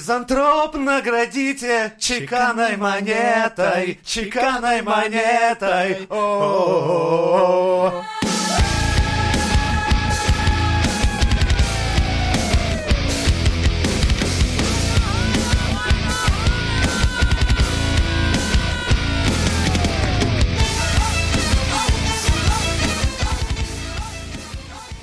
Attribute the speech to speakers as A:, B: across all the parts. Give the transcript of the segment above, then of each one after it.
A: Мизантроп наградите чеканой монетой, чеканой монетой. О-о-о-о.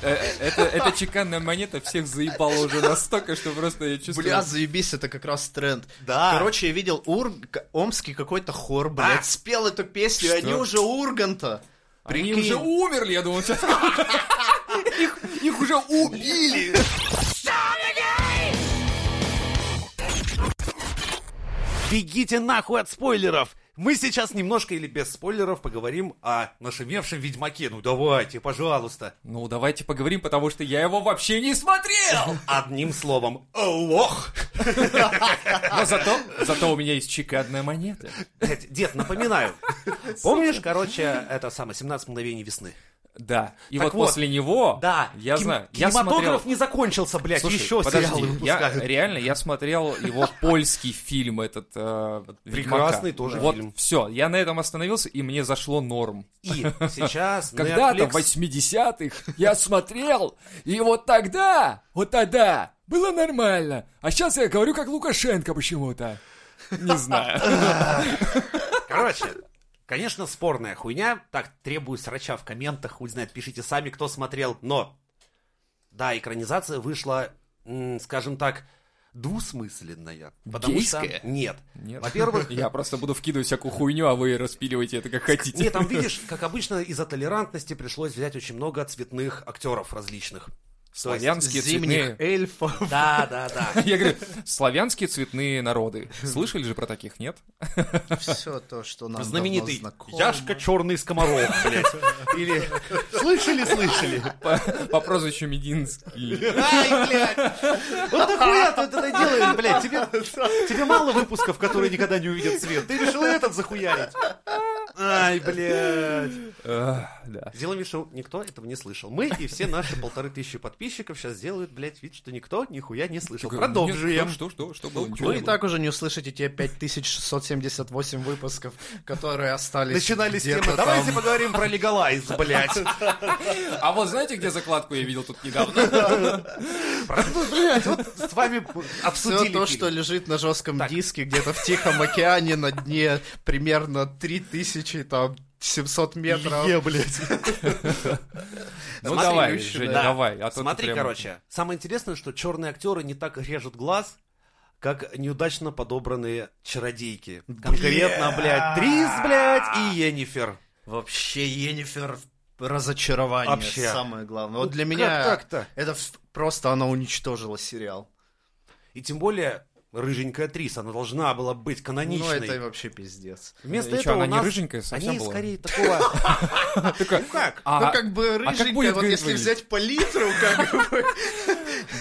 B: Э, э, Это, это чеканная монета всех заебала уже настолько, что просто я чувствую...
C: Бля, заебись, это как раз тренд.
A: Да.
C: Короче, я видел Ур... к- омский какой-то хор, блядь, А, спел эту песню, и
B: Что?
C: они уже Урганта.
B: Они уже умерли, я думал, сейчас... Их- Их уже убили!
A: Бегите нахуй от спойлеров! Мы сейчас немножко или без спойлеров поговорим о нашумевшем Ведьмаке. Ну давайте, пожалуйста.
B: Ну, давайте поговорим, потому что я его вообще не смотрел!
A: Одним словом, лох!
B: Но зато, зато у меня есть чеканная монета.
A: Блядь, Дед, напоминаю. Помнишь, короче, это самое, 17 мгновений весны?
B: Да. И
A: Так
B: вот,
A: вот,
B: после него...
A: Да.
B: Я
A: кин-
B: знаю. Я смотрел...
A: Кинематограф не закончился, блядь,
B: Слушай,
A: еще
B: подожди,
A: сериалы
B: я,
A: выпускают.
B: реально, я смотрел его польский фильм этот э,
A: Прекрасный
B: «Ведьмака».
A: тоже
B: вот
A: фильм.
B: все, я на этом остановился, и мне зашло норм.
A: И сейчас
B: Когда-то
A: Netflix-
B: в 80-х я смотрел, и вот тогда, вот тогда было нормально. А сейчас я говорю как Лукашенко почему-то. Не знаю.
A: Короче, конечно, спорная хуйня. Так требую срача в комментах, хуй знает, пишите сами, кто смотрел. Но, да, экранизация вышла, м, скажем так, двусмысленная. Потому
B: Гейская?
A: что... Нет.
B: Нет.
A: Во-первых,
B: Я просто буду вкидывать всякую хуйню, а вы распиливаете это как хотите.
A: нет, там, видишь, как обычно, из-за толерантности пришлось взять очень много цветных актеров различных. То есть-
B: Славянские
C: Зимних
B: цветные...
C: эльфов.
A: Да, да, да.
B: Я говорю, славянские цветные народы. Слышали же про таких, нет?
C: Все то, что нам
A: Знаменитый
C: давно знакомо.
A: Яшка Черный Скоморох, блядь. Или...
C: Слышали, слышали?
B: По, по прозвищу Мединский.
C: Ай, блядь.
A: Вот ты хуя ты это делаешь, блядь? Тебе, тебе мало выпусков, которые никогда не увидят свет. Ты решил и этот захуярить. Ай, блядь.
B: Эх, Да.
A: Дело в том, что никто этого не слышал. Мы и все наши полторы тысячи подписчиков сейчас делают, блядь, вид, что никто нихуя не слышал. Ну, Продолжим. Ну,
B: Нет, ну Что, что, что было? Ничего
C: Вы
B: не
C: и
B: было.
C: так уже не услышите те 5678 выпусков, которые остались
A: Начинали с
C: э, где-то
A: темы.
C: там.
A: Давайте поговорим про легалайз, блядь.
B: А вот знаете, где закладку я видел тут недавно?
A: Правда, Ну, блядь, вот с вами
C: Все
A: обсудили.
C: то,
A: фильм.
C: что лежит на жестком диске где-то в Тихом океане на дне примерно 3000 там 700 метров.
A: Е, блядь.
B: Ну
C: Смотри,
B: давай,
C: Ющина.
B: Женя,
A: Да.
B: давай. а то ты
A: Смотри,
B: прям-
A: короче, самое интересное, что черные актеры не так режут глаз, как неудачно подобранные чародейки. Конкретно, блядь, Трис, блядь, и Енифер.
C: Вообще, Енифер разочарование
A: Вообще.
C: самое главное. Вот для меня
A: Ну, так-то?
C: это в- просто она уничтожила сериал.
A: И тем более рыженькая Трис, она должна была быть
C: Ну
A: каноничной.
C: это вообще пиздец.
A: Вместо
B: И чё,
A: этого
B: она
A: у
B: не
A: нас
B: рыженькая совсем
A: они
B: была?
A: скорее такого...
B: Такая,
A: Ну как?
B: А
C: ну как бы рыженькая,
B: будет
C: вот
B: Грейс
C: если
B: выглядеть?
C: взять палитру, как бы.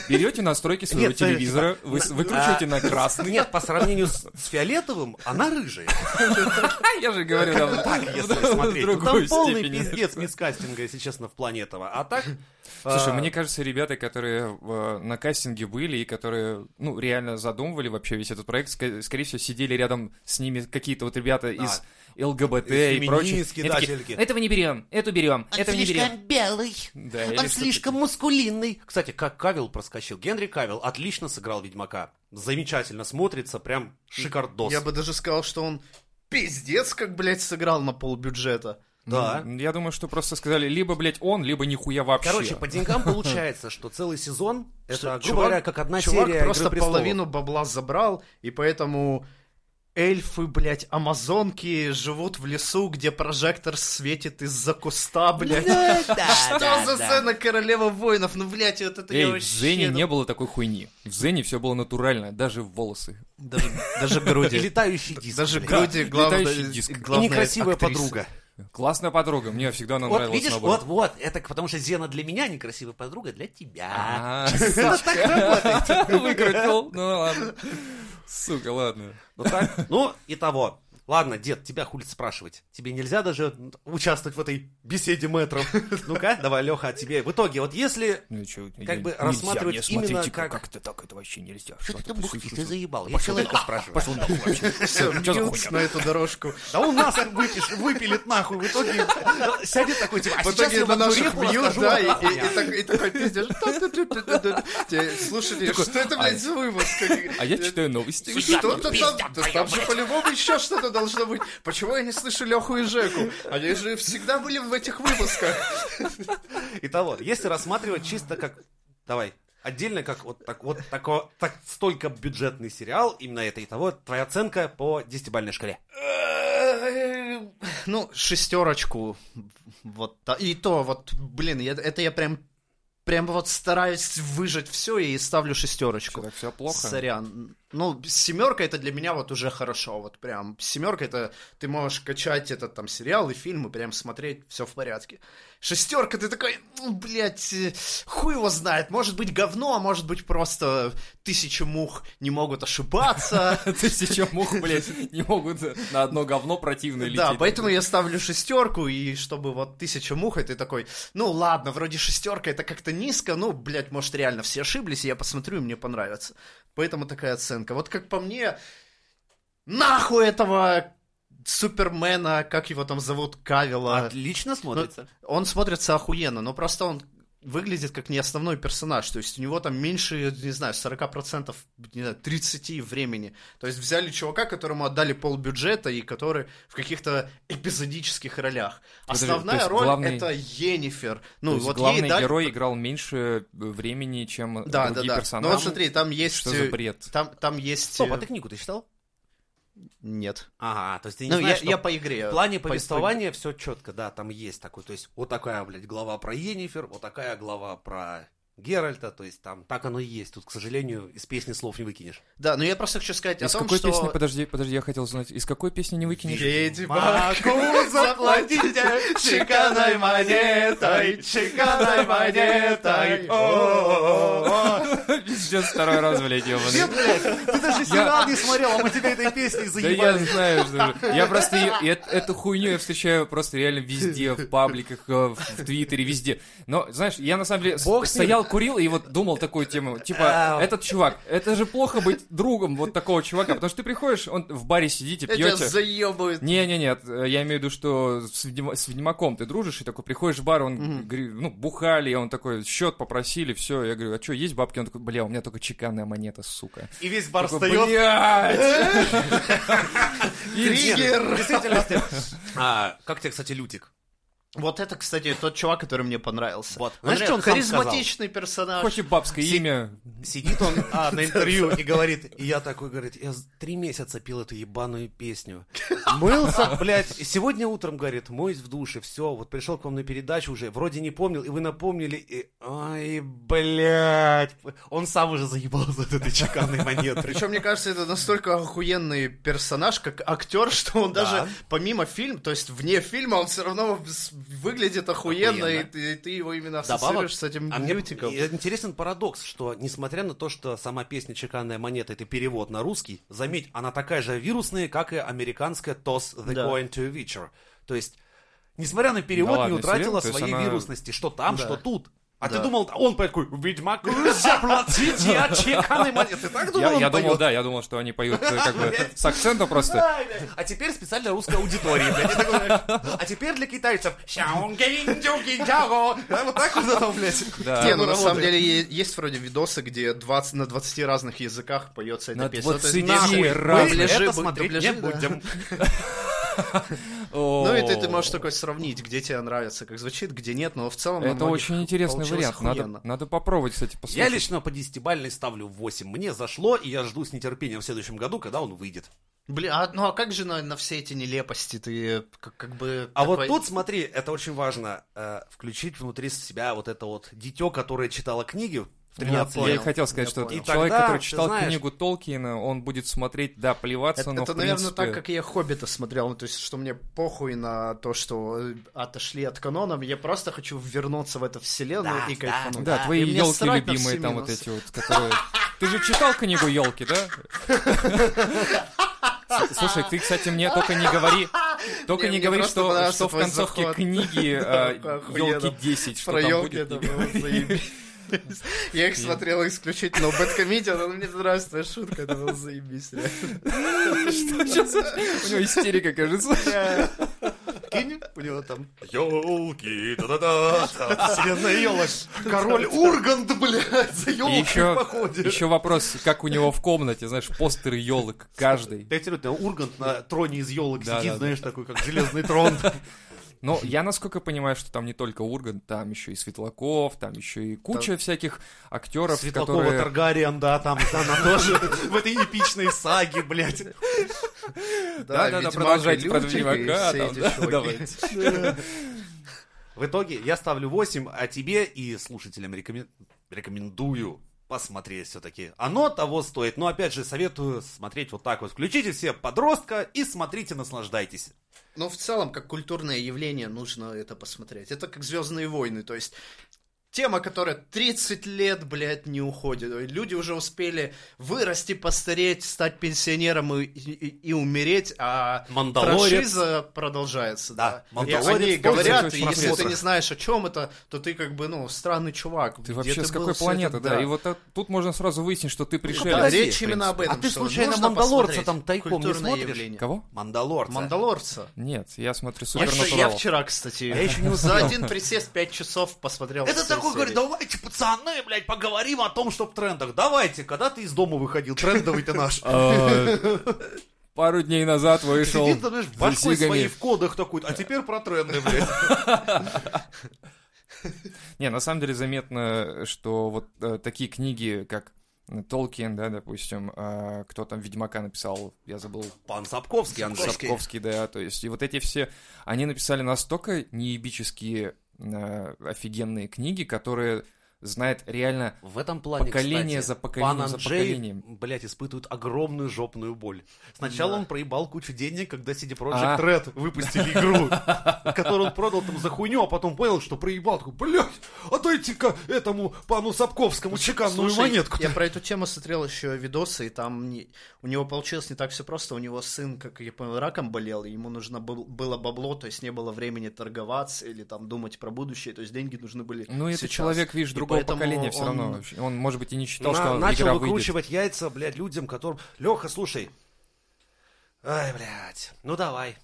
B: берете настройки своего
A: Нет, смотри,
B: телевизора, вы с- выкручиваете на красный.
A: Ну Нет, по сравнению с, с фиолетовым, она рыжая.
B: Я же говорю, да,
A: Если
B: в
A: смотреть. Ну, Там
B: другой
A: полный
B: степени.
A: пиздец мискастинга, если честно, в плане этого. А так... а,
B: Слушай, мне кажется, ребята, которые э, на кастинге были и которые, ну, реально задумывали вообще весь этот проект, ска- скорее всего, сидели рядом с ними какие-то вот ребята из ЛГБТ и
A: Из
B: прочих.
A: феминистки,
B: И
A: да,
B: такие,
A: всё-таки.
B: Этого не берем, эту берем,
A: Он
B: этого не
A: слишком
B: берем.
A: белый.
B: Да, или
A: он
B: что-то
A: слишком мускулинный. Кстати, как Кавил проскочил. Генри Кавил отлично сыграл Ведьмака. Замечательно смотрится, прям шикардос.
C: Я бы даже сказал, что он пиздец как, блядь, сыграл на полбюджета.
A: Да.
B: М, Я думаю, что просто сказали, либо, блядь, он, либо нихуя вообще.
A: Короче, по деньгам получается, что целый сезон, это,
C: Что,
A: грубо
C: чувак-
A: говоря, как одна
C: Чувак
A: серия
C: просто
A: «Игры престолов».
C: половину бабла забрал, и поэтому эльфы, блядь, амазонки живут в лесу, где прожектор светит из-за куста, блядь.
A: А,
C: Что за сцена королева воинов? Ну, блядь, вот это я
B: Эй, в
C: вообще...
B: Зене
C: ну,
B: не было такой хуйни. В Зене все было натурально, даже волосы.
C: Даже, даже
A: И
C: груди.
A: летающий диск.
C: Даже
A: блядь.
C: груди, главное,
B: летающий диск. И
A: И
C: главная
A: некрасивая
C: актриса.
A: подруга.
B: Классная подруга, мне всегда она
A: Вот
B: нравилась.
A: видишь,
B: наоборот.
A: вот, вот, это к- потому что Зена для меня а некрасивая подруга, для тебя.
B: А,
A: Это так работает.
B: Выкрутил, ну ладно. Сука, ладно.
A: Ну так, ну и того. Ладно, дед, тебя хули спрашивать. Тебе нельзя даже участвовать в этой беседе метров. Ну-ка, давай, Леха, а тебе. В итоге, вот если
B: Ну, чё,
A: как бы
B: нельзя
A: рассматривать
B: мне смотреть,
A: именно
B: типа,
A: как-
B: Как-то так, это вообще нельзя.
A: Что ты там бухтишь? Ты
B: слушай.
A: заебал. Я человека
C: А,
A: спрашиваю.
B: Пошел нахуй вообще.
C: Всё,
B: Чё за
C: мьют
B: хуйня?
C: на эту дорожку.
A: Да он нас выпиш- выпилит нахуй. В итоге сядет такой, типа, а
C: В
A: сейчас
C: итоге
A: я
C: на
A: вам
C: наших
A: репу
C: бьют,
A: расскажу.
C: да, и- и- и так- и такой пиздец. Те- Слушайте, что это, блядь, за выпуск?
B: А я читаю новости.
C: Что-то
D: пизда
C: там, да
D: твоя,
C: там же по-любому еще что-то должно быть. Почему я не слышу Леху и Жеку? Они же всегда были в этих выпусках.
A: Итого, если рассматривать чисто как... Давай, отдельно как вот так вот тако, так столько бюджетный сериал, именно это и того, твоя оценка по десятибальной шкале.
C: Ну, шестерочку. Вот та- И то, вот, блин, я- это я прям прям вот стараюсь выжать все и ставлю шестерочку.
B: Так все плохо.
C: Сорян. Ну, семерка это для меня вот уже хорошо. Вот прям семерка это ты можешь качать этот там сериал и фильмы, прям смотреть, все в порядке. Шестерка, ты такой, ну, блядь, э, хуй его знает. Может быть говно, а может быть просто тысячи мух не могут ошибаться.
B: Тысяча мух, блядь, не могут на одно говно противное лететь.
C: Да, поэтому я ставлю шестерку, и чтобы вот тысяча мух, и ты такой, ну ладно, вроде шестерка, это как-то низко, ну, блядь, может, реально все ошиблись, и я посмотрю, и мне понравится. Поэтому такая оценка. Вот как по мне, нахуй этого Супермена, как его там зовут,
A: Э,
C: Кавила.
A: Отлично смотрится.
C: Он смотрится охуенно, но просто он выглядит как не основной персонаж. То есть у него там меньше, не знаю, 40%, не знаю, 30 времени. То есть взяли чувака, которому отдали полбюджета и который в каких-то эпизодических ролях.
B: Подожди,
C: Основная
B: то есть
C: роль
B: главный-
C: это Енифер. Ну,
B: То есть
C: вот
B: главный
C: ей дали...
B: герой играл меньше э, времени, чем
C: Да, да,
B: другие
C: да. Ну
B: персонажи.
C: вот смотри, там есть... э,
B: Что за бред?
C: Там, там есть...
A: Стоп, а
C: э,
A: ты книгу ты читал?
C: Нет.
A: Ага, то есть ты не
C: Ну, я,
A: знаешь, что
C: я по игре.
A: в плане
C: По- по-
A: повествования все четко, да, там есть такой, то есть вот такая, блядь, глава про Енифер, вот такая глава про Геральта, то есть там так оно и есть. Тут, к сожалению, из песни слов не выкинешь.
C: Да, но я просто хочу сказать
B: Из
C: о том,
B: какой
C: что...
B: песни, подожди, подожди, я хотел узнать, из какой песни не выкинешь?
C: Ведьмаку заплатите чеканной монетой, чеканной монетой. о-о-о-о.
B: Пиздец, второй раз, блядь, ебаный.
A: Ты даже сериал не смотрел, а мы тебя этой песней
B: Да я знаю, что... Я просто... е- е- Эту хуйню я встречаю просто реально везде, в пабликах, э, в в Твиттере, везде. Но, знаешь, я на самом деле с-
A: Бог с ним.
B: стоял, курил и вот думал такую тему. Типа,
A: Ау.
C: А.
B: этот чувак, это же плохо быть другом вот такого чувака, потому что ты приходишь, он в баре сидите,
C: Я Тебя
B: пьете.
C: заебывают.
B: Не-не-нет, э, я имею в виду, что с, ведьма- с Ведьмаком ты дружишь, и такой приходишь в бар, он говорит, ну, бухали, и он такой, счет попросили, все. Я говорю, а что, есть бабки? Он такой, бля, у меня только чеканная монета, сука.
A: И весь бар
B: Такой,
A: встает.
B: «Блядь!»
C: Триггер.
A: В действительности. А, как тебе, кстати, Лютик?
C: Вот это, кстати, тот чувак, который мне понравился.
A: Вот.
C: Он
A: Знаешь,
C: реально
A: что он сам
C: харизматичный персонаж.
B: Хоть и бабское
A: Си-
B: имя.
A: Сидит он а, на интервью и говорит, и я такой, говорит, я с- три месяца пил эту ебаную песню. Мылся, блядь, и сегодня утром, говорит, моюсь в душе, все, вот пришел к вам на передачу уже, вроде не помнил, и вы напомнили, и, ай, блядь. Он сам уже заебался от этой чеканной монеты.
C: Причем, мне кажется, это настолько охуенный персонаж, как актер, что он
A: Да.
C: даже помимо фильма, то есть вне фильма, он все равно с- выглядит охуенно,
A: Охуенно.
C: и ты, и ты его именно
A: Добавок-
C: ассоциируешь с этим
A: А мне
C: мультиком.
A: и интересен парадокс, что несмотря на то, что сама песня «Чеканная монета» — это перевод на русский, заметь, она такая же вирусная, как и американская «Toss the
C: Да.
A: coin to a witcher». То есть, несмотря на перевод,
B: Да ладно,
A: не утратила
B: серьезно? То есть
A: своей
B: она-
A: вирусности, что там,
C: Да.
A: что тут. А
C: Да.
A: ты думал, он поет такой, «Ведьмаку заплатить я чеканной монеты». Ты так думал,
B: Я,
A: он
B: я думал,
A: поет?
B: да, я думал, что они поют э, как бы с акцентом просто.
A: Ай, блядь. А теперь специально русская аудитория. блядь. Я такой, А теперь для китайцев. «Сяонгэнь-дюгэнь-дяго». Да, Вот так вот это, блядь.
B: Да.
C: Не, ну на
A: работает.
C: самом деле е- есть вроде видосы, где 20, на 20 разных языках поется эта
B: На
C: песня. Ну, то есть
B: 20
C: нахуй,
B: Мы раз.
C: дубляжи
A: это
C: будь-
A: смотреть
C: дубляжи,
A: не
C: да.
A: будем.
C: Ну и ты, ты можешь такой сравнить, где тебе нравится, как звучит, где нет, но в целом... на
B: Это
C: многих
B: очень интересный
C: получилось
B: вариант. Надо,
C: охуенно.
B: надо попробовать, кстати, послушать.
A: Я лично по десятибальной ставлю 8. Мне зашло, и я жду с нетерпением в следующем году, когда он выйдет.
C: Блин, а, ну а как же на, на все эти нелепости ты как, как бы...
A: А
C: такой-
A: вот тут, смотри, это очень важно, э, включить внутри себя вот это вот дитё, которое читало книги в 13
B: Я
C: понял.
B: и
A: лет.
B: хотел сказать,
C: Я
B: что
C: понял.
B: этот
A: И
B: человек,
A: тогда,
B: который
A: ты
B: читал
A: знаешь-
B: книгу Толкина, он будет смотреть, да, плеваться,
C: Это,
B: но
C: это,
B: в
C: наверное,
B: принципе...
C: так, как я Хоббита смотрел, ну, то есть, что мне похуй на то, что э, отошли от канона, я просто хочу вернуться в эту вселенную
A: Да,
C: и
A: да,
C: кайфануть.
B: Да,
C: Ну И
B: твои
C: мне
B: елки
C: срать на
B: любимые
C: все
B: там вот
C: минусы.
B: эти вот, которые... Ты же читал книгу елки, да? С- Слушай, ты, кстати, мне только не говори, только
C: Не,
B: не
C: мне
B: говори,
C: просто понравился
B: что, что в
C: твой
B: концовке
C: заход.
B: книги
C: Да, охуенно.
B: елки 10, что
C: Про
B: там
C: елки
B: будет.
C: это
B: не
C: было заебись. Я их смотрел исключительно в Бэткомедиан, но мне нравится твоя шутка, это было заебись. реально.
B: Что сейчас? У него истерика, кажется.
C: Кинь у него там
A: Елки, да-да-да, там вселенная елок.
C: Король Ургант, блядь, за
B: И
C: елкой
B: еще,
C: походит.
B: еще вопрос, как у него в комнате, знаешь, постеры елок каждый.
A: Да, я тебе говорю, там Ургант на троне из елок
B: Да,
A: сидит,
B: да,
A: знаешь, такой, как железный трон.
B: Но я, насколько понимаю, что там не только Ургант, там еще и Светлаков, там еще и куча всяких актеров,
A: Светлакова
B: которые...
A: Таргариен, да, там она тоже в этой эпичной саге, блядь.
B: Да-да-да,
C: Ведьмак и
B: продолжайте про
C: Лютик и
B: Ведьмака,
C: все
B: там,
C: эти
B: да,
C: чуваки.
B: давайте.
A: В итоге я ставлю 8, а тебе и слушателям рекомен- рекомендую посмотреть все-таки. Оно того стоит. Но опять же, советую смотреть вот так вот. Включите все подростка и смотрите, наслаждайтесь.
C: Но Ну, в целом, как культурное явление, нужно это посмотреть. Это как Звездные войны, то есть тема, которая 30 лет, блядь, не уходит. Люди уже успели вырасти, постареть, стать пенсионером и, и- и умереть, а
A: Мандалорец.
C: франшиза продолжается.
A: Да,
C: Да, И
A: «Мандалорец»
C: они
A: пользуется
C: говорят,
B: очень
C: и если ты
A: просмотром.
C: не знаешь, о чем это, то ты как бы, ну, странный чувак.
B: Ты
C: Где
B: вообще с
C: был
B: какой
C: всё
B: планеты,
C: это?
B: да? И вот так- тут можно сразу выяснить, что ты пришелец.
C: Да,
A: подожди,
B: в
C: речь
B: принципе.
C: именно об этом.
A: А ты
C: что
A: случайно
C: нужно
A: «Мандалорца»
C: посмотреть.
A: там тайком не
C: Культурное
A: смотришь?
C: явление.
B: Кого?
A: Мандалорца.
C: Мандалорца.
B: Нет, я смотрю
C: Я,
B: Supernatural.
C: я вчера, кстати,
A: Я еще не
C: за
A: узнал.
C: один присест 5 часов посмотрел.
A: Это
C: все
A: такой
C: серии.
A: говорит, давайте, пацаны, блядь, поговорим о том, что в трендах. Давайте, когда ты из дома выходил, трендовый ты наш.
B: А, Пару дней назад вышел.
A: Сидит, знаешь,
B: за
A: башкой
B: сигами.
A: своей в кодах такой, а теперь про тренды, блядь.
B: Не, на самом деле заметно, что вот э, такие книги, как э, Толкин, да, допустим, э, кто там Ведьмака написал, я забыл,
A: Пан Сапковский, Андрей.
B: Шапковский, да, то есть, и вот эти все, они написали настолько неебические э, офигенные книги, которые знает реально
A: В этом плане,
B: Поколение
A: кстати,
B: за поколением
A: пан
B: за
A: Анджей,
B: поколением.
A: блядь, испытывает огромную жопную боль. Сначала
C: Да.
A: он проебал кучу денег, когда CD Projekt
B: А.
A: Red выпустили игру, которую он продал там за хуйню, а потом понял, что проебал. Такой, блядь, отдайте-ка этому пану Сапковскому чеканную
C: Слушай,
A: монетку.
C: Я про эту тему смотрел еще видосы, и там не- у него получилось не так все просто. У него сын, как я понял, раком болел, и ему нужно был- было бабло, то есть не было времени торговаться или там думать про будущее, то есть деньги нужны были
B: Ну, это
C: сейчас.
B: человек, видишь,
C: И
B: другого
C: поэтому
B: поколения все
C: он-
B: равно. ну, вообще. Он, может быть, и не считал,
A: На-
B: что
A: начал
B: игра выйдет.
A: выкручивать яйца, блядь, людям, которым... Леха, слушай. Ай, блядь. Ну давай.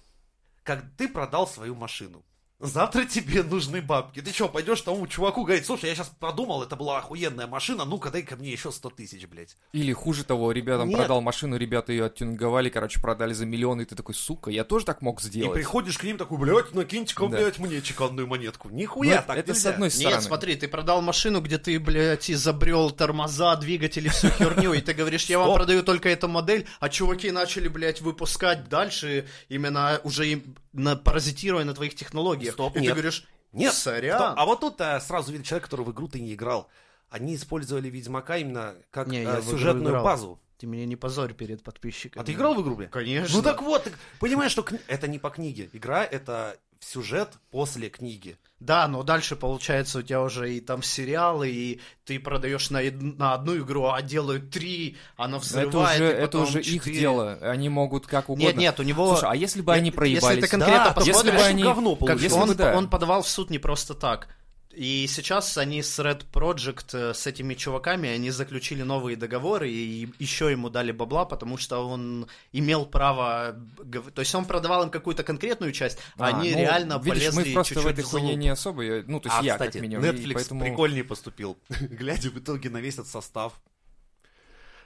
A: Как ты продал свою машину. Завтра тебе нужны бабки. Ты что, пойдешь тому чуваку, говорит, слушай, я сейчас продумал, это была охуенная машина, ну-ка дай ко мне еще 100 тысяч, блядь.
B: Или хуже того, ребятам
A: Нет.
B: продал машину, ребята ее оттюнговали, короче, продали за миллион, и ты такой, сука, я тоже так мог
A: И
B: сделать.
A: приходишь к ним такой, блядь, накиньте-ка,
B: Да.
A: блядь, мне чеканную монетку.
B: Ну,
A: Нихуя так
B: это с
A: нельзя.
B: одной стороны.
C: Нет, смотри, ты продал машину, где ты, блядь, изобрел тормоза, двигатели, всю херню, и ты говоришь, я вам
A: Стоп.
C: продаю только эту модель, а чуваки начали, блядь, выпускать дальше, именно уже им на, паразитируя на твоих технологиях.
A: Стоп,
C: и
A: нет.
C: ты говоришь,
A: Нет,
C: сорян.
A: Кто- А вот тут а, сразу видно человек, который в игру-то и не играл. Они использовали Ведьмака именно как
C: Не,
A: а,
C: я в игру
A: сюжетную
C: играл.
A: базу.
C: Ты меня не позорь перед подписчиками.
A: А ты играл в игру, блядь?
C: Конечно.
A: Ну так вот, так понимаешь, что кни- это не по книге. Игра — это сюжет после книги.
C: Да, но дальше, получается, у тебя уже и там сериалы, и ты продаешь на, ед- на одну игру, а делают три, она
B: это
C: взрывает,
B: уже,
C: и
B: это
C: потом
B: уже их
C: четыре.
B: дело. Они могут как угодно.
C: Нет, нет, у него...
B: Слушай, а если бы
C: Нет,
B: они
C: если
B: проебались?
C: ты конкретно
A: Да, то
C: посмотришь,
B: если бы они...
A: говно
B: как-
A: получилось.
B: если
C: он,
B: бы да.
C: он подавал в суд не просто так. И сейчас они с Red Project э, с этими чуваками, они заключили новые договоры и еще ему дали бабла, потому что он имел право, э, гов- то есть он продавал им какую-то конкретную часть, а, они
B: ну,
C: реально
B: видишь,
C: полезли
B: мы просто
C: чуть-чуть
B: в этой
C: в
B: хуйне
C: залупу.
B: не особо, я- ну, то есть
A: а,
B: я,
A: кстати,
B: как минимум, и
A: Netflix
B: поэтому...
A: прикольнее поступил. Глядя в итоге на весь этот состав,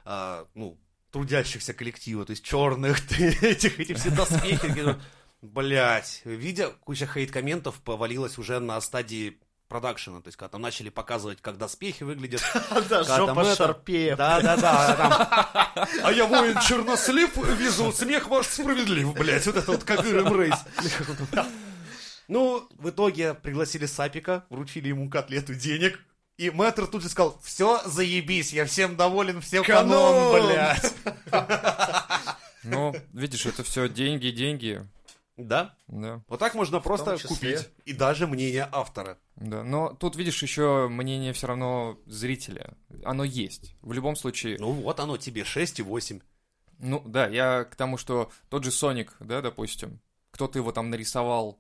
A: а, ну, трудящихся коллектива, то есть черных, этих, эти все доспехи. которые- Блять, видя, куча хейт-комментов повалилась уже на стадии продакшена, то есть когда там начали показывать, как доспехи выглядят,
C: А, Да,
A: Когда там
C: жопа
A: это-
C: шарпеев.
A: Да, да, да. там. А я воин чернослеп, вижу, смех ваш справедлив, блядь. Вот это вот как Ирэм Рейс. Ну, в итоге пригласили Сапика, вручили ему котлету денег. И мэтр тут же сказал, все, заебись, я всем доволен, всем канон,
C: Канон!»
A: блядь.
B: Ну, видишь, это все деньги, деньги,
A: Да,
B: да.
A: вот так можно просто
C: числе.
A: купить. И даже мнение автора.
B: Да, но тут, видишь, еще мнение все равно зрителя. Оно есть. В любом случае,
A: Ну вот оно тебе 6 и 8.
B: Ну да, я к тому, что тот же Соник, да, допустим, кто-то его там нарисовал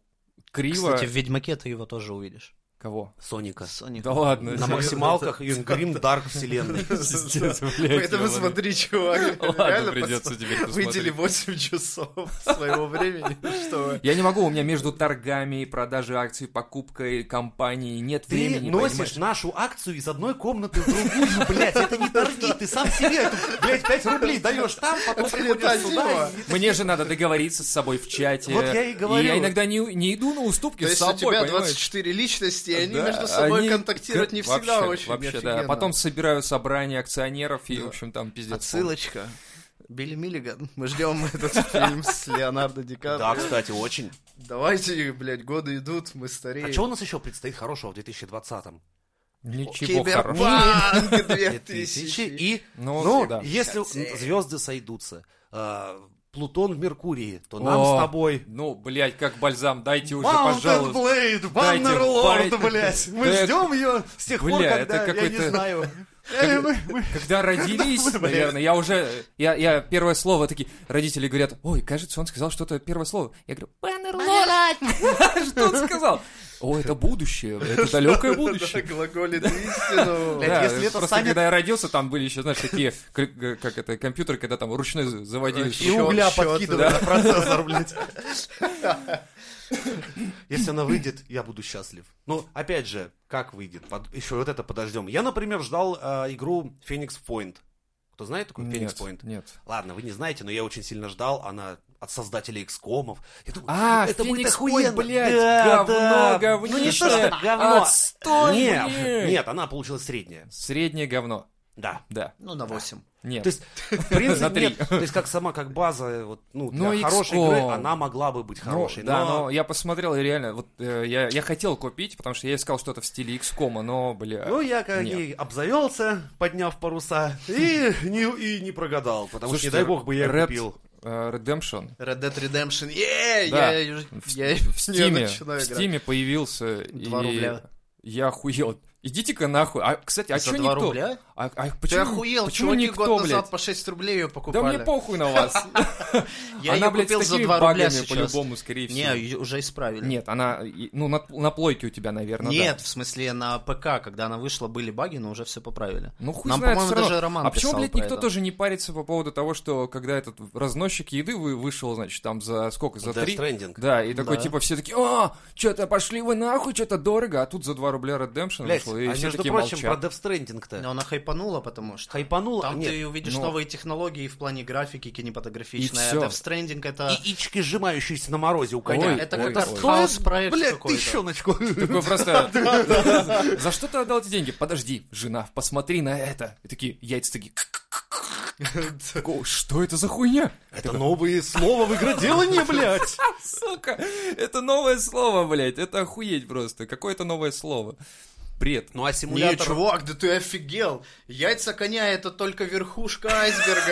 B: криво.
D: Кстати, в Ведьмаке ты его тоже увидишь.
B: Кого?
A: Соника.
D: Соник.
B: Да ладно.
A: На максималках Юнгрим Дарк вселенной.
B: Пиздец, блядь,
C: Поэтому
B: ладно.
C: смотри, чувак,
B: Ладно, придется
C: реально
B: теперь
C: выдели
B: посмотреть.
C: 8 часов своего времени, чтобы...
B: Я не могу, у меня между торгами, и продажей акций, покупкой компании нет
A: Ты
B: времени.
A: носишь нашу акцию из одной комнаты в другую, блядь, это не торги, ты сам себе, эту, блядь, 5 рублей даешь там, потом
C: Это
A: приходишь сюда. и-
B: понимаешь? Мне же надо договориться с собой в чате.
A: Вот я и говорю.
B: я иногда не, не иду на уступки
C: То
B: с
C: есть у
B: собой,
C: тебя
B: понимаешь?
C: 24 личности, и они
B: Да,
C: между собой
B: они-
C: контактировать не
B: Вообще,
C: всегда очень
B: Вообще, да. а
C: офигенно.
B: Потом собираю собрание акционеров и, в общем, там пиздец.
C: Отсылочка. А Билли Миллиган. Мы ждем этот фильм с Леонардо Ди Каприо.
A: Да, кстати, очень.
C: Давайте, блядь, годы идут, мы стареем.
A: А что у нас еще предстоит хорошего в 2020-м?
B: ну, Ничего хорошего.
C: Киберпанк
A: 2000
C: 2000 и...
A: и...
B: Ну,
A: Ну,
B: да.
A: если
C: Хотя-
A: звезды сойдутся, э, Плутон в Меркурии, то нам
B: О,
A: с тобой...
B: Ну, блядь, как бальзам, дайте уже,
A: Mountain
B: пожалуйста.
A: Blade,
B: дайте
A: Баннерлорд,
B: байт.
A: блядь. Мы
B: Да это-
A: ждем ее с тех пор,
B: Бля, это
A: когда, я не
B: какой-то-
A: знаю. Э, мы- мы-
B: Когда родились, наверное, я уже... Я, я первое слово такие... Родители говорят, ой, кажется, он сказал что-то первое слово. Я говорю, Баннерлорд! Что он сказал? О, это будущее, это далекое будущее.
C: Глаголит истину.
A: Блядь,
B: Да,
A: если это
B: просто
A: станет-
B: когда я родился, там были еще, знаешь, такие, как, как это, компьютеры, когда там ручной заводились.
A: И
C: Счёт,
A: угля
C: счёт,
A: подкидывай на процессор, блядь. Если она выйдет, я буду счастлив. Ну, опять же, как выйдет? Еще вот это подождем. Я, например, ждал э, игру Phoenix Point. Кто знает такую Phoenix
B: Нет,
A: Point?
B: нет.
A: Ладно, вы не знаете, но я очень сильно ждал. Она от создателей XCOM. Я думаю,
B: А,
A: это будет
B: Феникс
A: охуенно.
B: Пойнт, блядь,
A: Да,
B: говно,
A: да.
B: говнище.
A: Ну не то, что говно.
B: Отстой,
A: нет,
B: блядь.
A: нет, она получилась средняя.
B: Среднее говно,
A: Да.
B: да.
C: Ну, на 8.
B: Нет.
A: То есть, в принципе,
B: На три.
A: нет. То есть, как сама, как база, вот, ну, для
B: Ну,
A: хорошей
B: XCOM.
A: игры, она могла бы быть
B: Ну,
A: хорошей.
B: да,
A: но...
B: но я посмотрел, и реально, вот э, я, я хотел купить, потому что я искал что-то в стиле XCOM, но, бля...
A: Ну, я как
B: нет.
A: и обзавелся, подняв паруса, и не, и не прогадал, потому что,
B: Слушайте,
A: не дай бог, бы я
B: Red-
A: купил.
B: э, Redemption
C: Red Dead Redemption. Е,
B: Да.
C: я, я,
B: в,
C: я
B: в
C: с неё
B: Стиме,
C: начинаю
B: в
C: играть.
B: Стиме появился.
C: Два
B: и
C: рубля.
B: Я охуел. Идите-ка нахуй. А, кстати, а
C: За
B: чё
C: два
B: никто?
C: рубля?
B: А, а
C: Ты
B: почему,
C: охуел,
B: почему
C: чуваки
B: никто,
C: год
B: блядь?
C: назад по 6 рублей ее
B: да
C: покупали.
B: мне похуй на вас.
C: Я
B: она,
C: её
B: блядь,
C: купил
B: с
C: за
B: такими
C: 2 рубля
B: багами
C: сейчас. а
B: по-любому, скорее всего.
D: Не, ю- уже исправили.
B: Нет, она, и- ну, на, на плойке у тебя, наверное, да.
D: Нет, в смысле, на ПК, когда она вышла, были баги, но уже все поправили.
B: Ну, хуй
D: Нам,
B: знает,
D: по-моему,
B: всё равно.
D: даже Роман
B: А почему,
D: писал
B: блядь,
D: про
B: никто
D: это.
B: тоже не парится по поводу того, что когда этот разносчик еды вы- вышел, значит, там за сколько, за
A: Death
B: три?
A: Stranding.
B: Да, и такой,
D: Да.
B: типа, все такие, а, что-то пошли вы нахуй, что-то дорого, а тут за 2 рубля Redemption
A: Блядь,
B: вышло,
A: а
B: и все
A: между
B: такие
A: прочим,
B: ну, молчат.
A: про Death Stranding-то
D: Но она хайпанула, потому что...
A: хайпануло.
C: Ну, Там
A: нет,
D: Ты увидишь
B: Ну.
D: новые технологии в плане графики кинематографичной.
B: И всё.
D: Это в стрендинг,
C: э,
D: это...
A: и ички, сжимающиеся на морозе у коня.
B: Ой,
D: это
B: ой,
D: как
B: ой.
D: артхаус проект
A: Блядь,
D: какой-то.
A: тыщеночку.
B: Такой просто, за что ты отдал эти деньги? Подожди, жена, посмотри на это. И такие яйца такие, «Такого, что это за хуйня?
A: Это новые слова в игроделании, блядь.
B: Сука, это новое слово, блядь, это охуеть просто. Какое-то новое слово. Бред.
A: Ну а
C: Не,
A: симулятор...
C: чувак, да ты офигел. Яйца коня это только верхушка айсберга.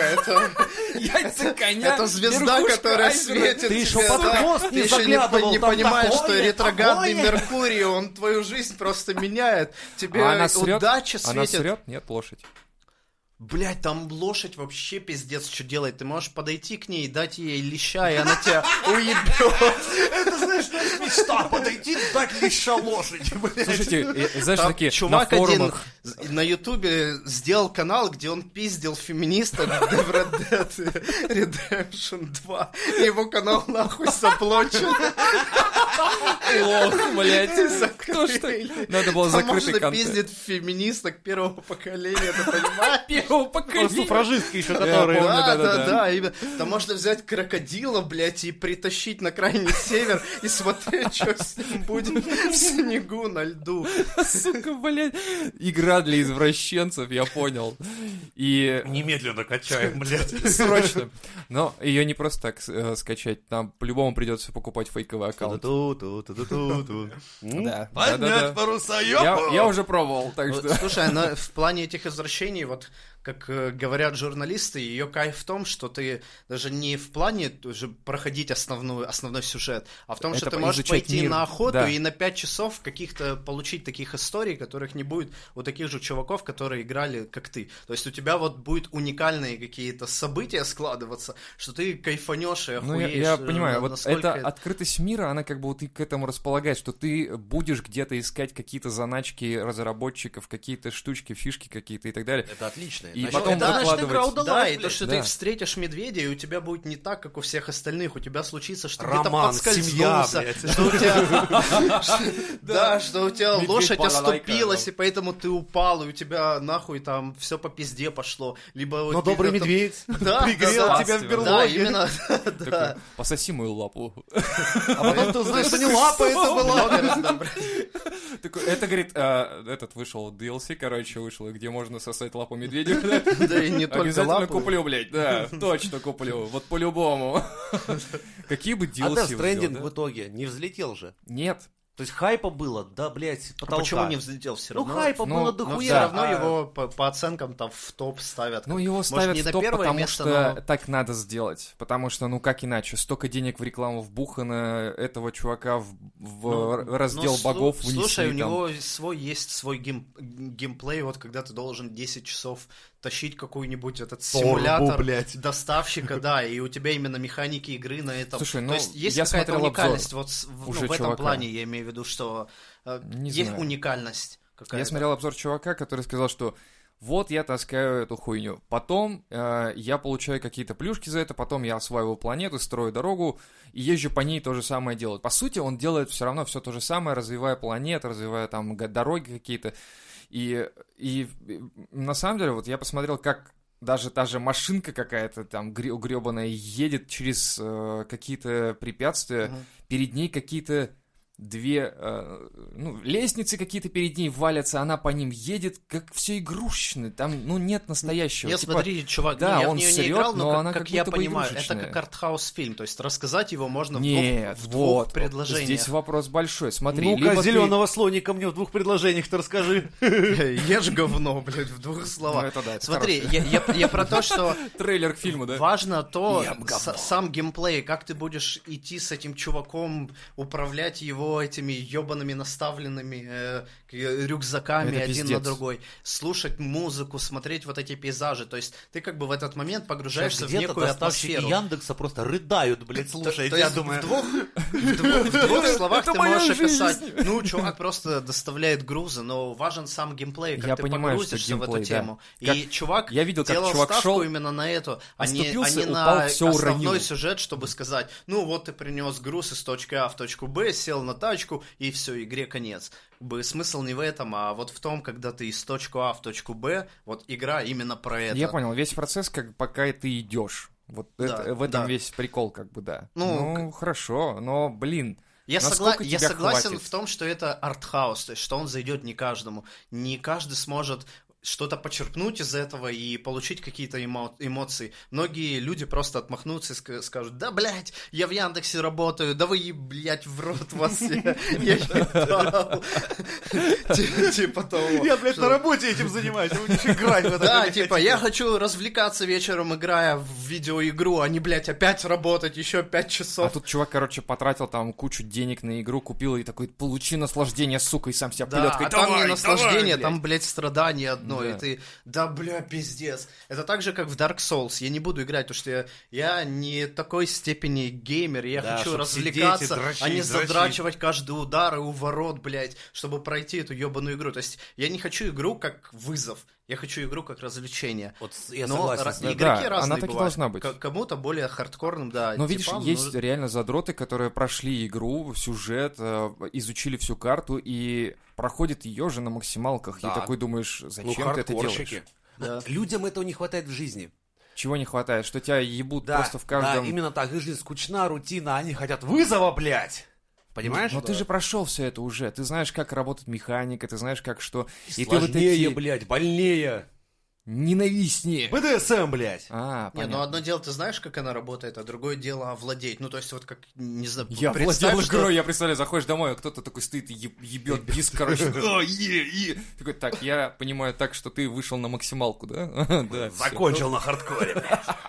C: Это,
B: Яйца коня,
C: это звезда,
B: верхушка
C: которая
B: айсберга.
C: светит
A: Ты
C: тебе,
A: ещё под
C: да.
A: хвост не
C: Ты ещё
A: заглядывал,
C: не
A: там
C: понимаешь, что
A: такое,
C: ретроградный
A: такое.
C: Меркурий, он твою жизнь просто меняет. Тебе
B: А она срет?
C: удача
B: Она
C: светит.
B: срет? Нет, лошадь.
C: Блять, там лошадь вообще пиздец что делает. Ты можешь подойти к ней, дать ей леща, и она тебя уебет.
A: Это, знаешь, знаешь, мечта подойти, дать леща лошади, блядь.
B: Слушайте, э, э, знаешь,
C: Там
B: такие, на
C: чувак один
B: форумах...
C: з- на ютубе сделал канал, где он пиздил феминисток в Red Dead Redemption 2. И Его канал нахуй заблочен.
B: Лох, блядь. Кто ж так?
C: Закрыли.
B: Надо было
C: Там
B: закрытый
C: можно
B: контент.
C: пиздит феминисток первого поколения, ты понимаешь?
B: Первого
A: Ну,
B: поколения.
A: Суфражистки еще,
B: помню,
A: которые...
C: Да, да, да,
B: да-да-да.
C: именно. Там можно взять крокодила, блядь, и притащить на крайний север и смотреть, что с ним будет в снегу, на льду.
B: Сука, блядь. Игра для извращенцев, я понял. И
A: Немедленно качаем, блядь.
B: срочно. Но ее не просто так э, скачать, там по-любому придется покупать фейковый аккаунт. Да, да, да, да.
A: паруса,
B: Я, я уже пробовал, так
C: Вот,
B: что...
C: Слушай, но в плане этих извращений, вот как э, говорят журналисты, ее кайф в том, что ты даже не в плане уже проходить основную, основной сюжет, а в том,
B: Это
C: что ты
B: по-
C: можешь
B: изучать
C: пойти
B: мир,
C: на охоту
B: да.
C: и на 5 часов каких-то получить таких историй, которых не будет у таких же чуваков, которые играли, как ты. То есть у тебя вот будут уникальные какие-то события складываться, что ты кайфанешь и
B: Ну, я,
C: охуеешь.
B: я
C: э,
B: понимаю, вот
C: насколько
B: эта открытость мира, она как бы вот и к этому располагает, что ты будешь где-то искать какие-то заначки разработчиков, какие-то штучки, фишки какие-то и так далее.
A: Это отлично.
B: И
A: Начало-
B: потом
A: Это
B: выкладывать.
A: underground
C: Да,
A: life,
C: и то, что
B: Да.
C: ты встретишь медведя, и у тебя будет не так, как у всех остальных. У тебя случится, что ты там
A: Роман, семья,
C: подскользнулся.
A: блядь.
C: Что у тебя... Да, что у тебя
B: Медведь
C: лошадь
B: балалайка,
C: оступилась,
B: да.
C: и
A: ну.
C: поэтому ты упал, и у тебя нахуй там все по пизде пошло. Либо вот
A: Но
C: ты
A: добрый
C: там-
A: медведь
C: Да,
A: пригрел
B: да,
A: тебя в
B: да.
C: Да,
A: берлоге.
C: именно, да.
B: Такой, пососи мою лапу.
A: А потом ты узнаешь, что не лапа это была.
C: Много разнообразия.
B: Такой, это, говорит, а, этот вышел DLC, короче, вышел, где можно сосать лапу медведя.
C: Да и не только
B: Обязательно
C: лапы.
B: куплю, блядь, да, точно куплю, вот по-любому. Какие бы
A: А
B: DLC
A: Death
B: вы
A: Stranding
B: делали,
A: в итоге не взлетел же.
B: да? Нет,
A: То есть хайпа было, да, блядь,
C: А
A: потолка.
C: Почему не взлетел все
A: Ну
C: равно?
A: хайпа
B: Ну,
A: было
B: ну,
A: дохуя.
C: Но
A: хуя. А.
C: все равно его по, по оценкам там в топ ставят.
B: Ну, его
C: Может,
B: ставят
C: не
B: в
C: на
B: топ,
C: первое
B: потому
C: место,
B: что
C: но-
B: так надо сделать. Потому что, ну как иначе, столько денег в рекламу вбухано, этого чувака в, в
C: Ну,
B: р- раздел
C: ну, слу-
B: богов внесли.
C: Слушай, у
B: там.
C: него свой есть свой гейм- геймплей, вот когда ты должен 10 часов тащить какую-нибудь этот симулятор
A: блядь.
C: доставщика, да, и у тебя именно механики игры на этом.
B: Слушай, ну,
C: То есть есть
B: я
C: какая-то
B: смотрел обзор
C: уникальность вот с- в, ну,
B: уже
C: в этом
B: чувака.
C: плане, я имею в виду, что э,
B: Не
C: есть
B: знаю.
C: уникальность какая-то.
B: Я смотрел обзор чувака, который сказал, что вот я таскаю эту хуйню. Потом э, я получаю какие-то плюшки за это, потом я осваиваю планету, строю дорогу и езжу по ней то же самое делать. По сути, он делает все равно все то же самое, развивая планеты, развивая там га- дороги какие-то. И, и, и, на самом деле, вот я посмотрел, как даже та же машинка какая-то там гре- гребаная едет через э, какие-то препятствия,
C: Мгм.
B: перед ней какие-то две, э, ну, лестницы какие-то перед ней валятся, она по ним едет, как все игрушечно, там, ну, нет настоящего.
C: Я
B: Типа,
C: смотри, чувак,
B: да,
C: ну, я
B: он
C: в нее
B: срет,
C: не играл, но,
B: но
C: как,
B: она
C: как
B: как
C: я
B: будто бы
C: понимаю, это
B: игрушечная.
C: как артхаус фильм, то есть рассказать его можно ну, в двух-
B: Нет,
C: в двух,
B: вот, вот,
C: предложениях.
B: здесь вопрос большой, смотри, либо
A: Ну-ка,
B: ты-
A: зеленого слоника мне в двух предложениях-то расскажи.
C: Ешь говно, блядь, в двух
B: Ну,
C: словах.
B: это да, это
C: Смотри, я, я- я про то, что
B: хороший трейлер к фильму, да?
C: важно то,
A: Ям говно.
C: с- сам геймплей, как ты будешь идти с этим чуваком, управлять его этими ебаными наставленными э, к- э, рюкзаками
B: Это
C: один на
B: пиздец.
C: другой, слушать музыку, смотреть вот эти пейзажи. То есть ты как бы в этот момент погружаешься
A: Сейчас
C: в
A: где-то
C: некую
A: доставщики
C: атмосферу.
A: Яндекса просто рыдают, блядь, слушай.
C: То- то
A: Я
C: есть
A: думаю,
C: В двух, в двух- в двух
B: Это-
C: словах
B: это
C: ты
B: моя
C: можешь
B: жизнь.
C: описать. Ну, чувак просто доставляет грузы, но важен сам геймплей, как
B: Я
C: ты
B: понимаю, что
C: погрузишься в эту
B: геймплей, да.
C: тему.
B: Как-
C: И чувак
B: Я видел, как
C: делал
B: чувак
C: ставку
B: шел,
C: именно на эту, а не, а
B: оступился,
C: не
B: упал,
C: на
B: всё
C: основной
B: уронил.
C: сюжет, чтобы сказать, ну вот ты принес груз из точки А в точку Б, сел на тачку, и все, игре конец. Как Бы смысл не в этом, а вот в том, когда ты из точку А в точку Б, вот игра именно про это.
B: Я понял, весь процесс, как пока ты идешь. Вот
C: Да,
B: это- в этом
C: да.
B: весь прикол, как бы, да.
C: Ну,
B: ну хорошо, но, блин,
C: Я, согла-
B: Насколько
C: я
B: тебя
C: согласен
B: хватит?
C: в том, что это артхаус, то есть что он зайдет не каждому. Не каждый сможет что-то почерпнуть из этого и получить какие-то эмо- эмоции. Многие люди просто отмахнутся и ск- скажут, да, блядь, я в Яндексе работаю, да вы, е- блядь, в рот вас, я я ебал». Ти- Типа того.
A: я, блядь,
C: Что-
A: на работе этим занимаюсь. Вы ничего играть в это,
C: да,
A: блядь,
C: типа, я хочу развлекаться вечером, играя в видеоигру, а не, блядь, опять работать еще пять
B: А
C: часов.
B: тут чувак, короче, потратил там кучу денег на игру, купил и такой, получи наслаждение, сука, и сам себя
C: Да,
B: плеткой.
C: а там не
B: «Давай,
C: наслаждение,
B: давай,
C: там, блядь, страдание одно,
B: Да.
C: и ты, да, бля, пиздец. Это так же, как в Dark Souls, я не буду играть, потому что я, я не такой степени геймер, я
A: Да,
C: хочу
A: чтоб
C: развлекаться,
A: сидеть и дрочить,
C: а не
A: дрочить.
C: задрачивать каждый удар и уворот, блядь, чтобы пройти эту ебаную игру. То есть я не хочу игру как вызов, я хочу игру как развлечение.
A: Вот с- я
C: Но
A: согласен.
C: ра-
A: с
B: Да,
A: тобой.
C: игроки
B: да,
C: разные
B: она так и
C: бывают.
B: должна быть.
C: К- кому-то более хардкорным, да.
A: типа,
B: Но видишь,
A: ну,
C: типам
B: есть
C: нужно-
B: реально задроты, которые прошли игру, сюжет, э, изучили всю карту и проходят ее же на максималках.
A: Да.
B: И такой думаешь,
A: Ну,
B: зачем ты это делаешь?
A: хардкорщики.
C: Да.
A: Людям этого не хватает в жизни.
B: Чего не хватает? Что тебя ебут
A: Да,
B: просто в каждом...
A: да, именно так. Их жизнь скучна, рутина, они хотят вызова, блядь. Понимаешь?
B: Но ты же прошел все это уже. Ты знаешь, как работает механика, ты знаешь, как что.
A: Сложнее,
B: такие-
A: блядь, больнее.
B: Ненавистнее.
A: БДСМ, блядь.
C: Не,
B: А,
C: ну
B: понятно.
C: одно дело, ты знаешь, как она работает, а другое дело овладеть. Ну, то есть, вот как, не знаю,
B: Я
C: представь,
B: владел
C: что-
B: игрой, я представляю, заходишь домой, а кто-то такой стоит и еб- ебет диск, короче. «А, е, е». Такой, так, я понимаю так, что ты вышел на максималку, да? Да, всё.
A: Закончил на хардкоре. блядь.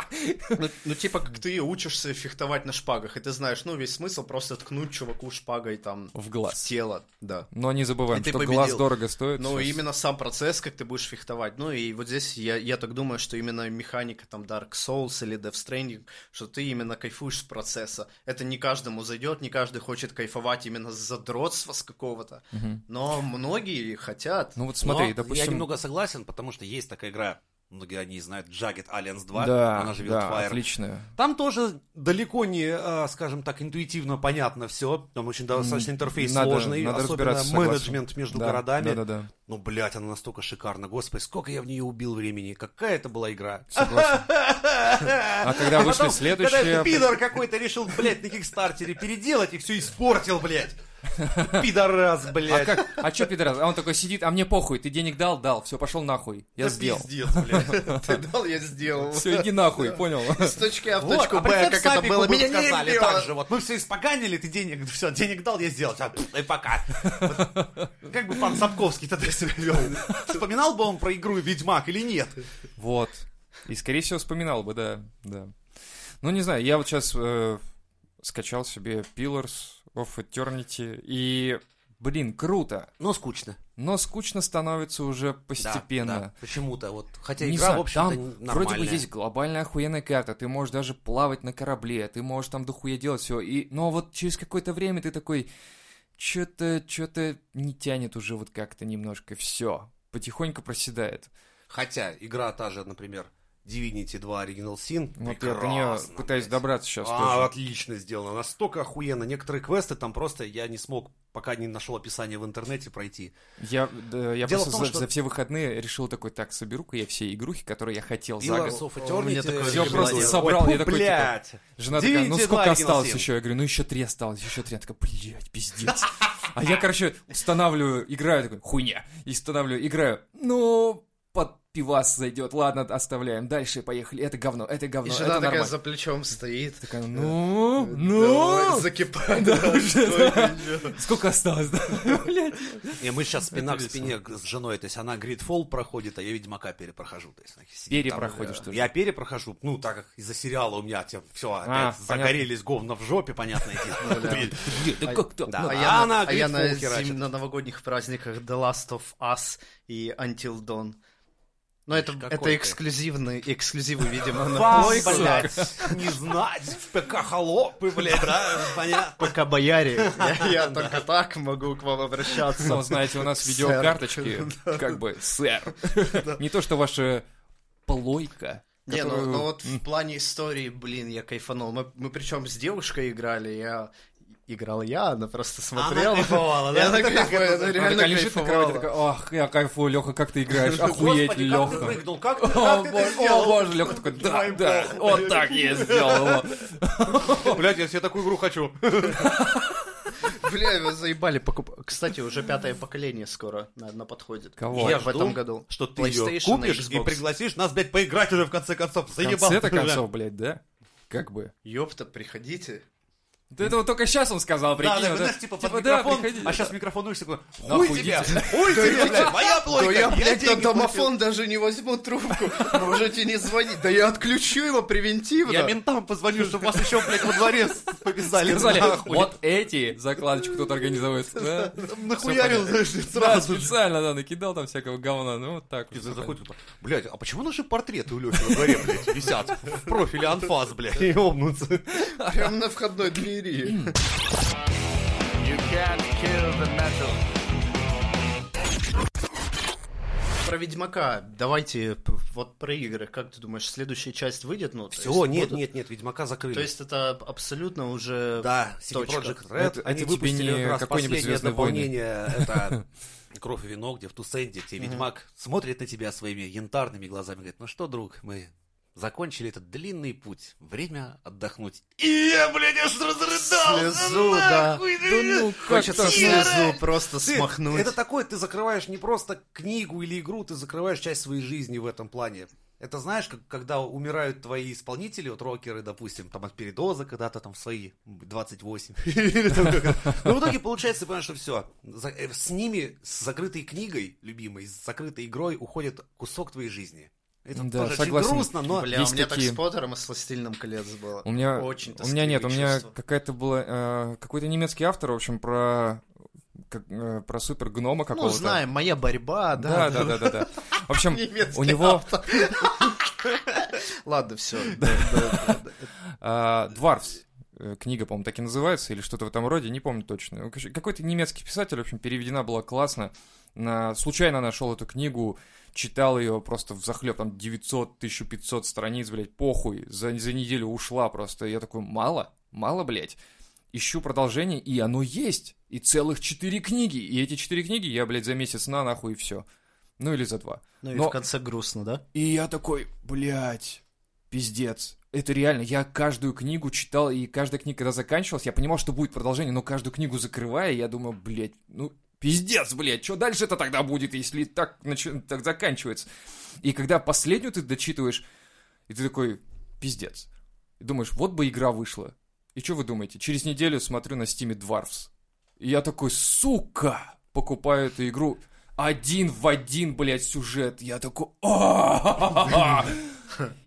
C: Ну, ну, типа, как ты учишься фехтовать на шпагах, и ты знаешь, ну, весь смысл просто ткнуть чуваку шпагой там
B: В
C: в
B: глаз.
C: тело, да.
B: Но не забываем,
A: А
C: И ты
B: что
C: победил.
B: глаз дорого стоит.
C: Ну,
B: Сейчас.
C: именно сам процесс, как ты будешь фехтовать. Ну, и вот здесь я, я так думаю, что именно механика там Dark Souls или Death Stranding, что ты именно кайфуешь с процесса. Это не каждому зайдет, не каждый хочет кайфовать именно с задротства с какого-то.
B: Мгм.
C: Но многие хотят.
B: Ну вот смотри,
A: Но
B: допустим...
A: Я немного согласен, потому что есть такая игра, многие они знают, Jagged Alliance 2,
B: Да,
A: она же
B: да,
A: Wildfire.
B: отлично.
A: Там тоже далеко не, а, скажем так, интуитивно понятно все. Там очень достаточно интерфейс
B: Надо-
A: сложный,
B: надо
A: особенно
B: разбираться, согласен.
A: менеджмент между
B: Да,
A: городами.
B: Да-да-да.
A: Ну, блядь, она настолько шикарна. Господи, сколько я в нее убил времени. Какая это была игра.
B: Согласен. А когда вышли
A: потом,
B: следующие-
A: Когда этот пидор какой-то решил, блядь, на Кикстартере переделать и все испортил, блядь. Пидорас,
B: А
A: блядь.
B: как? А чё, пидорас? А он такой сидит, а мне похуй, ты денег дал? Дал, все, пошел нахуй. Я
A: Да
B: сделал.
A: пиздец, блядь.
C: Ты дал, я сделал.
B: Все, иди нахуй, понял?
C: С точки А в
A: Вот,
C: точку
A: а
C: Б,
A: представь,
C: как это
A: Сапику
C: было,
A: бы
C: меня не
A: сказали
C: бьет.
A: так же, вот, мы все испоганили, ты денег, все, денег дал, я сделал, а, пф, и пока. Вот. Как бы пан Сапковский тогда себя вел? Вспоминал бы он про игру «Ведьмак» или нет?
B: Вот. И, скорее всего, вспоминал бы, да. да. Ну, не знаю, я вот сейчас скачал себе Pillars of Eternity, и, блин, круто.
A: Но скучно.
B: Но скучно становится уже постепенно.
A: Почему-то, вот, хотя
B: Не
A: игра,
B: знаю,
A: в общем-то,
B: там вроде бы есть глобальная охуенная карта, ты можешь даже плавать на корабле, ты можешь там дохуя делать все, и... но вот через какое-то время ты такой, что-то, что-то не тянет уже вот как-то немножко, все, потихоньку проседает.
A: Хотя игра та же, например, Divinity 2 Original Sin.
B: Вот я до нее
A: прекрасно,
B: пытаюсь
A: блядь.
B: добраться сейчас
A: а,
B: тоже.
A: отлично сделано. Настолько охуенно. Некоторые квесты там просто я не смог, пока не нашел описание в интернете, пройти.
B: Я, да, я
A: Дело
B: просто
A: в том,
B: за,
A: что-
B: за все выходные решил такой, так, соберу-ка я все игрухи, которые я хотел за
A: Pillars
B: год.
A: of
C: О, у меня
A: Eternity.
C: такое
B: Всё
A: Ой,
B: просто
A: блядь.
B: собрал, я
A: Ой,
B: такой, типа,
A: блять.
B: Жена такая, ну
A: 9,2
B: сколько осталось
A: оригинал
B: еще? Я говорю, ну еще три осталось, еще три. Она такая, блядь, пиздец. А я, короче, устанавливаю, играю, такой, хуйня. И устанавливаю, играю, ну, под пивас зайдет. Ладно, оставляем. Дальше поехали. Это говно, это
C: И
B: говно, это
C: жена такая
B: нормально.
C: за э, плечом стоит.
B: Такая, ну,
C: Давай,
B: ну,
C: закипай.
B: Да,
C: давай,
B: уже,
C: стой,
B: да.
C: блядь.
B: сколько осталось, да? Блядь.
A: Не, мы сейчас спина к
B: весело.
A: спине г- с женой, то есть она Гридфол проходит, а я Ведьмака перепрохожу. То есть, она сидит там,
B: Перепроходишь
A: да.
B: тоже.
A: Я перепрохожу, ну, так как из-за сериала у меня все,
B: А,
A: опять
B: понятно. Ну
A: загорелись говна в жопе, понятно. эти. Блин.
B: Да как то?
A: Да.
B: Ну,
A: А
C: А
A: А
C: я,
A: она
C: на, а я
A: говорит,
C: на,
A: фу, херачит.
C: зим- на новогодних праздниках The Last of Us и Until Dawn. Но это,
A: Какой ты.
C: это эксклюзивный, эксклюзивы, видимо, на
A: Вас,
C: плойку.
A: блядь, не знать, в ПК холопы, блядь, да, понятно.
C: Пока бояре, я, я только так могу к вам обращаться.
B: Но, Ну, знаете, у нас
C: Сэр.
B: видеокарточки, как бы, сэр. Не то, что ваша плойка.
C: Не, ну,
B: которую-
C: ну вот в плане истории, блин, я кайфанул. Мы, мы причем с девушкой играли, я играл я, она просто смотрела.
A: кайфовала,
C: И
A: да? Ну,
C: она
A: Это так
C: кайфует,
A: вот.
C: она
B: Она
C: реально
B: А, такая лежит на кровати,
C: кайфовала.
B: такая, ах, я кайфую, Леха, как ты играешь, охуеть,
A: Господи, как ты
B: Леха.
A: прыгнул, как ты,
B: О,
A: как ты это
B: боже,
A: сделал?
B: о, боже, Леха такой, да,
A: Твой
B: да,
A: бог,
B: вот
A: блядь.
B: так я сделал его.
A: Блядь, я себе такую игру хочу.
C: Бля, вы заебали покупать. Кстати, уже пятое поколение скоро на, на подходе.
B: Кого?
C: Я
A: Я
C: в
A: жду,
C: этом году.
A: Что ты ее
C: PlayStation и
A: купишь и
C: Xbox.
A: пригласишь нас, блядь, поиграть уже в конце концов.
B: В
A: Заебал.
B: конце-то концов, блядь, да? Как бы.
C: Ёпта, приходите.
B: Да это вот только сейчас он сказал, прикинь.
A: Да, да,
B: вот
A: знаешь,
B: это-
A: типа под
B: да,
A: микрофон,
B: приходи.
A: а сейчас микрофон уйдет такой, хуй
B: Нахуй
A: тебе,
B: идите.
A: хуй тебе, блядь, моя
C: Да
A: плойка,
C: я, блядь, на
A: деньги платил.
C: домофон даже не возьму трубку. Можете не звонить. Да я отключу его превентивно.
A: Я ментам позвоню, чтобы вас еще, блядь, во дворе с- повязали.
B: Сказали,
A: нахуй.
B: вот эти закладочки кто-то организует. Да,
A: Нахуярил, знаешь,
B: Да,
A: сразу.
B: специально, да, накидал там всякого говна, ну вот так.
A: И
B: вот.
A: за- заходит, типа, Блядь, а почему наши портреты у Лёхи во дворе, блядь, висят? В профиле анфас, блядь. Ёбнуться.
C: Прям на входной двери. Про Ведьмака. Давайте п- вот про игры. Как ты думаешь, следующая часть выйдет? Ну, то
A: Все,
C: есть
A: нет,
C: будут-
A: нет, нет, Ведьмака закрыли.
C: То есть это абсолютно уже...
A: Да, CD
C: Точка.
A: Projekt Red.
B: Это-
A: они
B: это тебе
A: выпустили
B: не
A: как раз
B: какой-нибудь
A: последнее
B: «Звездные войны».
A: дополнение. Это «Кровь и вино», где в Тусенде тебе Ведьмак смотрит на тебя своими янтарными глазами, говорит, ну что, друг, мы закончили этот длинный путь. Время отдохнуть. И я, блядь, аж разрыдался.
D: Слезу, да.
A: нахуй,
B: Да ну, как
D: Хочется
B: так?
D: слезу просто
A: Ты-
D: смахнуть.
A: Это такое, ты закрываешь не просто книгу или игру, ты закрываешь часть своей жизни в этом плане. Это знаешь, как, когда умирают твои исполнители, вот рокеры, допустим, там от передоза когда-то там в свои 28. Или там как-то. Но в итоге получается, понимаешь, что все. С ними, с закрытой книгой, любимой, с закрытой игрой уходит кусок твоей жизни. Это
B: Да,
A: тоже очень
B: согласен.
A: грустно, но...
D: Бля,
B: есть
D: у меня
B: такие.
D: так с Поттером и с Властелином колец было.
B: У меня,
D: Очень
B: у меня нет, у
D: тоскливые
B: меня
D: чувства.
B: какая-то была э, какой-то немецкий автор, в общем, про как, э, про супер гнома
D: Ну,
B: какого-то.
D: знаем, моя борьба,
B: Да,
D: да.
B: да, да, да, да. В общем,
D: Немецкий
B: у него
D: Ладно, все.
B: А, Дварфс. э, Книга, по-моему, так и называется, или что-то в этом роде, не помню точно. Ну, короче, Какой-то немецкий писатель, в общем, переведена была классно. На- Случайно нашел эту книгу, читал ее просто в захлеб, там 900-1500 страниц, блядь, похуй. За, за неделю ушла просто. Я такой, мало, мало, блядь. Ищу продолжение, и оно есть. И целых четыре книги. И эти четыре книги я, блядь, за месяц на нахуй и все. Ну или за два.
D: Ну
B: и Но- в
D: конце грустно, да?
B: И я такой, блядь, пиздец. Это реально, я каждую книгу читал, и каждая книга, когда заканчивалась, я понимал, что будет продолжение, но каждую книгу закрывая, я думаю, блядь, ну пиздец, блядь, что дальше-то тогда будет, если так, начи- так заканчивается? И когда последнюю ты дочитываешь, и ты такой, пиздец. И думаешь, вот бы игра вышла. И что вы думаете? Через неделю смотрю на Стиме Дварфс. И я такой, сука, покупаю эту игру. Один в один, блядь, сюжет. Я такой, «А-а-а-а-а».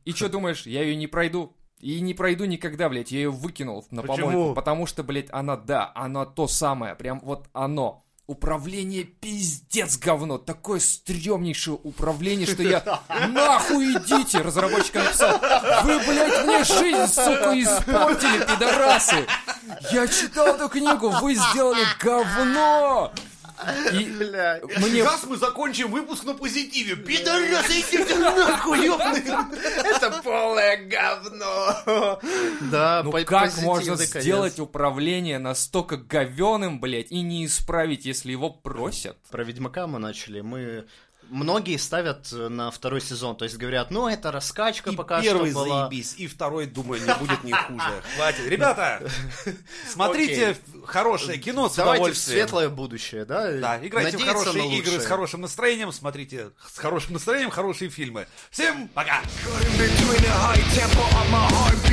B: И что думаешь, я ее не пройду? И не пройду никогда, блядь, я ее выкинул на
A: Почему?
B: помойку. Потому что, блядь, она, да, она то самое, прям вот оно. Управление пиздец говно. Такое стрёмнейшее управление, что я... Нахуй идите! Разработчик написал. Вы, блядь, мне жизнь, сука, испортили, пидорасы! Я читал эту книгу, вы сделали говно! И
D: Бля.
B: мне...
A: Сейчас мы закончим выпуск на позитиве. Пидорасы, идите нахуй, ёбаные.
D: Это полное говно. Да,
B: Ну
D: по-
B: как
D: позитивный
B: можно
D: конец.
B: сделать управление настолько говёным, блядь, и не исправить, если его просят?
D: Про Ведьмака мы начали. Мы Многие ставят э, на второй сезон, то есть говорят, ну это раскачка
A: И
D: пока
A: первый
D: что была.
A: заебись, и второй, думаю, не будет ни хуже. Хватит. Ребята, смотрите
D: Окей.
A: в- хорошее кино с
D: Давайте в
A: удовольствием.
D: светлое будущее, да?
A: Да, играйте в
D: Надеяться на
A: хорошие игры
D: лучшее.
A: с хорошим настроением, смотрите с хорошим настроением хорошие фильмы. Всем пока!
E: Between a high tempo on my heart